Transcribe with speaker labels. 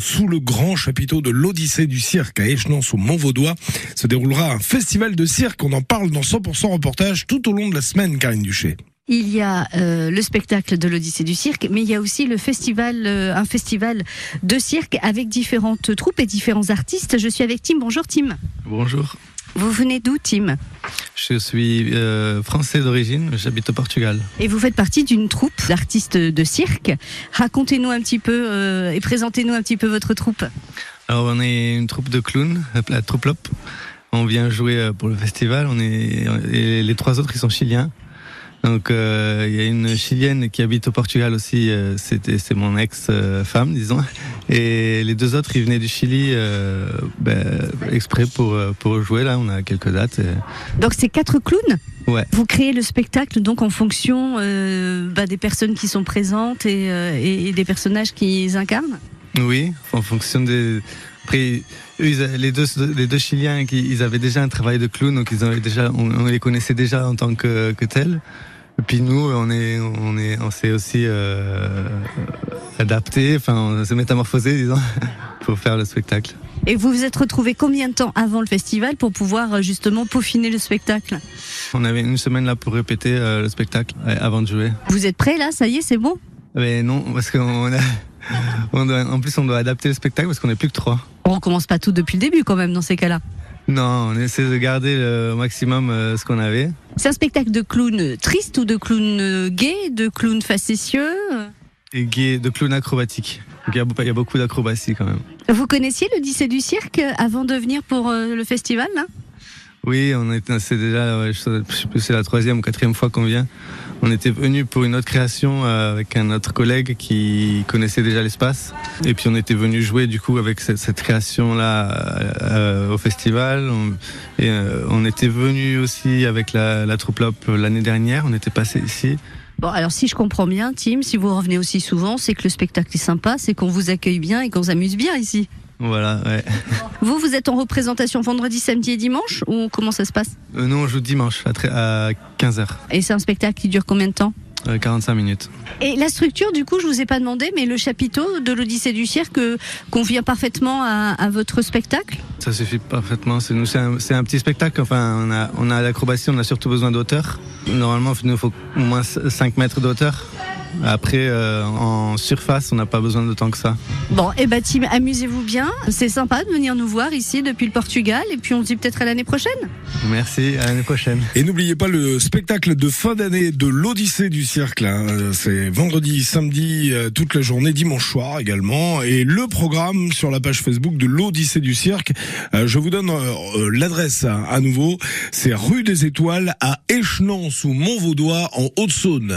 Speaker 1: sous le grand chapiteau de l'Odyssée du cirque à Échenon sous Montvaudois se déroulera un festival de cirque. On en parle dans 100% reportage tout au long de la semaine, Karine Duché.
Speaker 2: Il y a euh, le spectacle de l'Odyssée du cirque, mais il y a aussi le festival, euh, un festival de cirque avec différentes troupes et différents artistes. Je suis avec Tim. Bonjour Tim.
Speaker 3: Bonjour,
Speaker 2: Vous venez d'où Tim
Speaker 3: je suis euh, français d'origine, j'habite au Portugal.
Speaker 2: Et vous faites partie d'une troupe d'artistes de cirque. Racontez-nous un petit peu euh, et présentez-nous un petit peu votre troupe.
Speaker 3: Alors on est une troupe de clowns, la troupe Lop. On vient jouer euh, pour le festival, on est, et les trois autres ils sont chiliens. Donc euh, il y a une chilienne qui habite au Portugal aussi, euh, c'était c'est mon ex-femme disons. Et les deux autres ils venaient du Chili euh, ben, exprès pour, euh, pour jouer, là on a quelques dates. et-
Speaker 2: Donc c'est quatre clowns.
Speaker 3: Ouais.
Speaker 2: Vous créez le spectacle donc en fonction euh, bah, des personnes qui sont présentes et, euh, et- et des personnages qu'ils incarnent.
Speaker 3: Oui, en fonction des. Après, eux, ils a- les, deux, les deux Chiliens, qui- ils avaient déjà un travail de clown, donc ils avaient déjà, on, on les connaissait déjà en tant que, que tels. Et puis nous, on est, on est, on s'est aussi euh, adapté, enfin, on s'est métamorphosé, disons, pour faire le spectacle.
Speaker 2: Et vous vous êtes retrouvés combien de temps avant le festival pour pouvoir euh, justement peaufiner le spectacle
Speaker 3: On avait une semaine là pour répéter euh, le spectacle euh, avant de jouer.
Speaker 2: Vous êtes prêts là Ça y est, c'est bon
Speaker 3: Mais non, parce qu'on a, on doit- en plus, on doit adapter le spectacle parce qu'on n'est plus que trois.
Speaker 2: On recommence pas tout depuis le début quand même dans ces cas-là.
Speaker 3: Non, on essaie de garder le maximum euh, ce qu'on avait.
Speaker 2: C'est un spectacle de clowns tristes ou de clowns euh, gais, de clowns facétieux
Speaker 3: et gay de clown acrobatique. Donc il y a- il y, a beaucoup d'acrobatie quand même.
Speaker 2: Vous connaissiez l'Odyssée du cirque euh, avant de venir pour euh, le festival là
Speaker 3: Oui, on est, c'est déjà, ouais, je sais- je sais plus, c'est la troisième ou quatrième fois qu'on vient. On était venu pour une autre création euh, avec un autre collègue qui connaissait déjà l'espace. Et puis on était venu jouer du coup avec cette, cette création-là euh, euh, au festival. On, et euh, on était venu aussi avec la, la troupe Lop l'année dernière. On était passé ici.
Speaker 2: Bon, alors si je comprends bien, Tim, si vous revenez aussi souvent, c'est que le spectacle est sympa, c'est qu'on vous accueille bien et qu'on s'amuse bien ici.
Speaker 3: Voilà, ouais.
Speaker 2: Vous, vous êtes en représentation vendredi, samedi et dimanche ou comment ça se passe
Speaker 3: Euh, nous on joue dimanche à, tre- à 15h,
Speaker 2: Et c'est un spectacle qui dure combien de temps
Speaker 3: 45 minutes.
Speaker 2: Et la structure, du coup, je vous ai pas demandé, mais le chapiteau de l'Odyssée du cirque euh, convient parfaitement à, à votre spectacle
Speaker 3: Ça suffit parfaitement. C'est nous, c'est un, c'est un petit spectacle. Enfin, on a, on a l'acrobatie, on a surtout besoin d'auteur. Normalement, il nous faut au moins 5 mètres d'auteur. Après, euh, en surface, on n'a pas besoin de tant que ça.
Speaker 2: Bon, et bah Tim, amusez-vous bien. C'est sympa de venir nous voir ici depuis le Portugal et puis on se dit peut-être à l'année prochaine.
Speaker 3: Merci, à l'année prochaine.
Speaker 1: Et n'oubliez pas le spectacle de fin d'année de l'Odyssée du Cirque. hein. Euh, C'est vendredi, samedi, euh, toute la journée, dimanche soir également. Et le programme sur la page Facebook de l'Odyssée du Cirque. Euh, Je vous donne euh, euh, l'adresse hein, à nouveau. C'est rue des Étoiles à Échenon sous Montvaudois en Haute-Saône.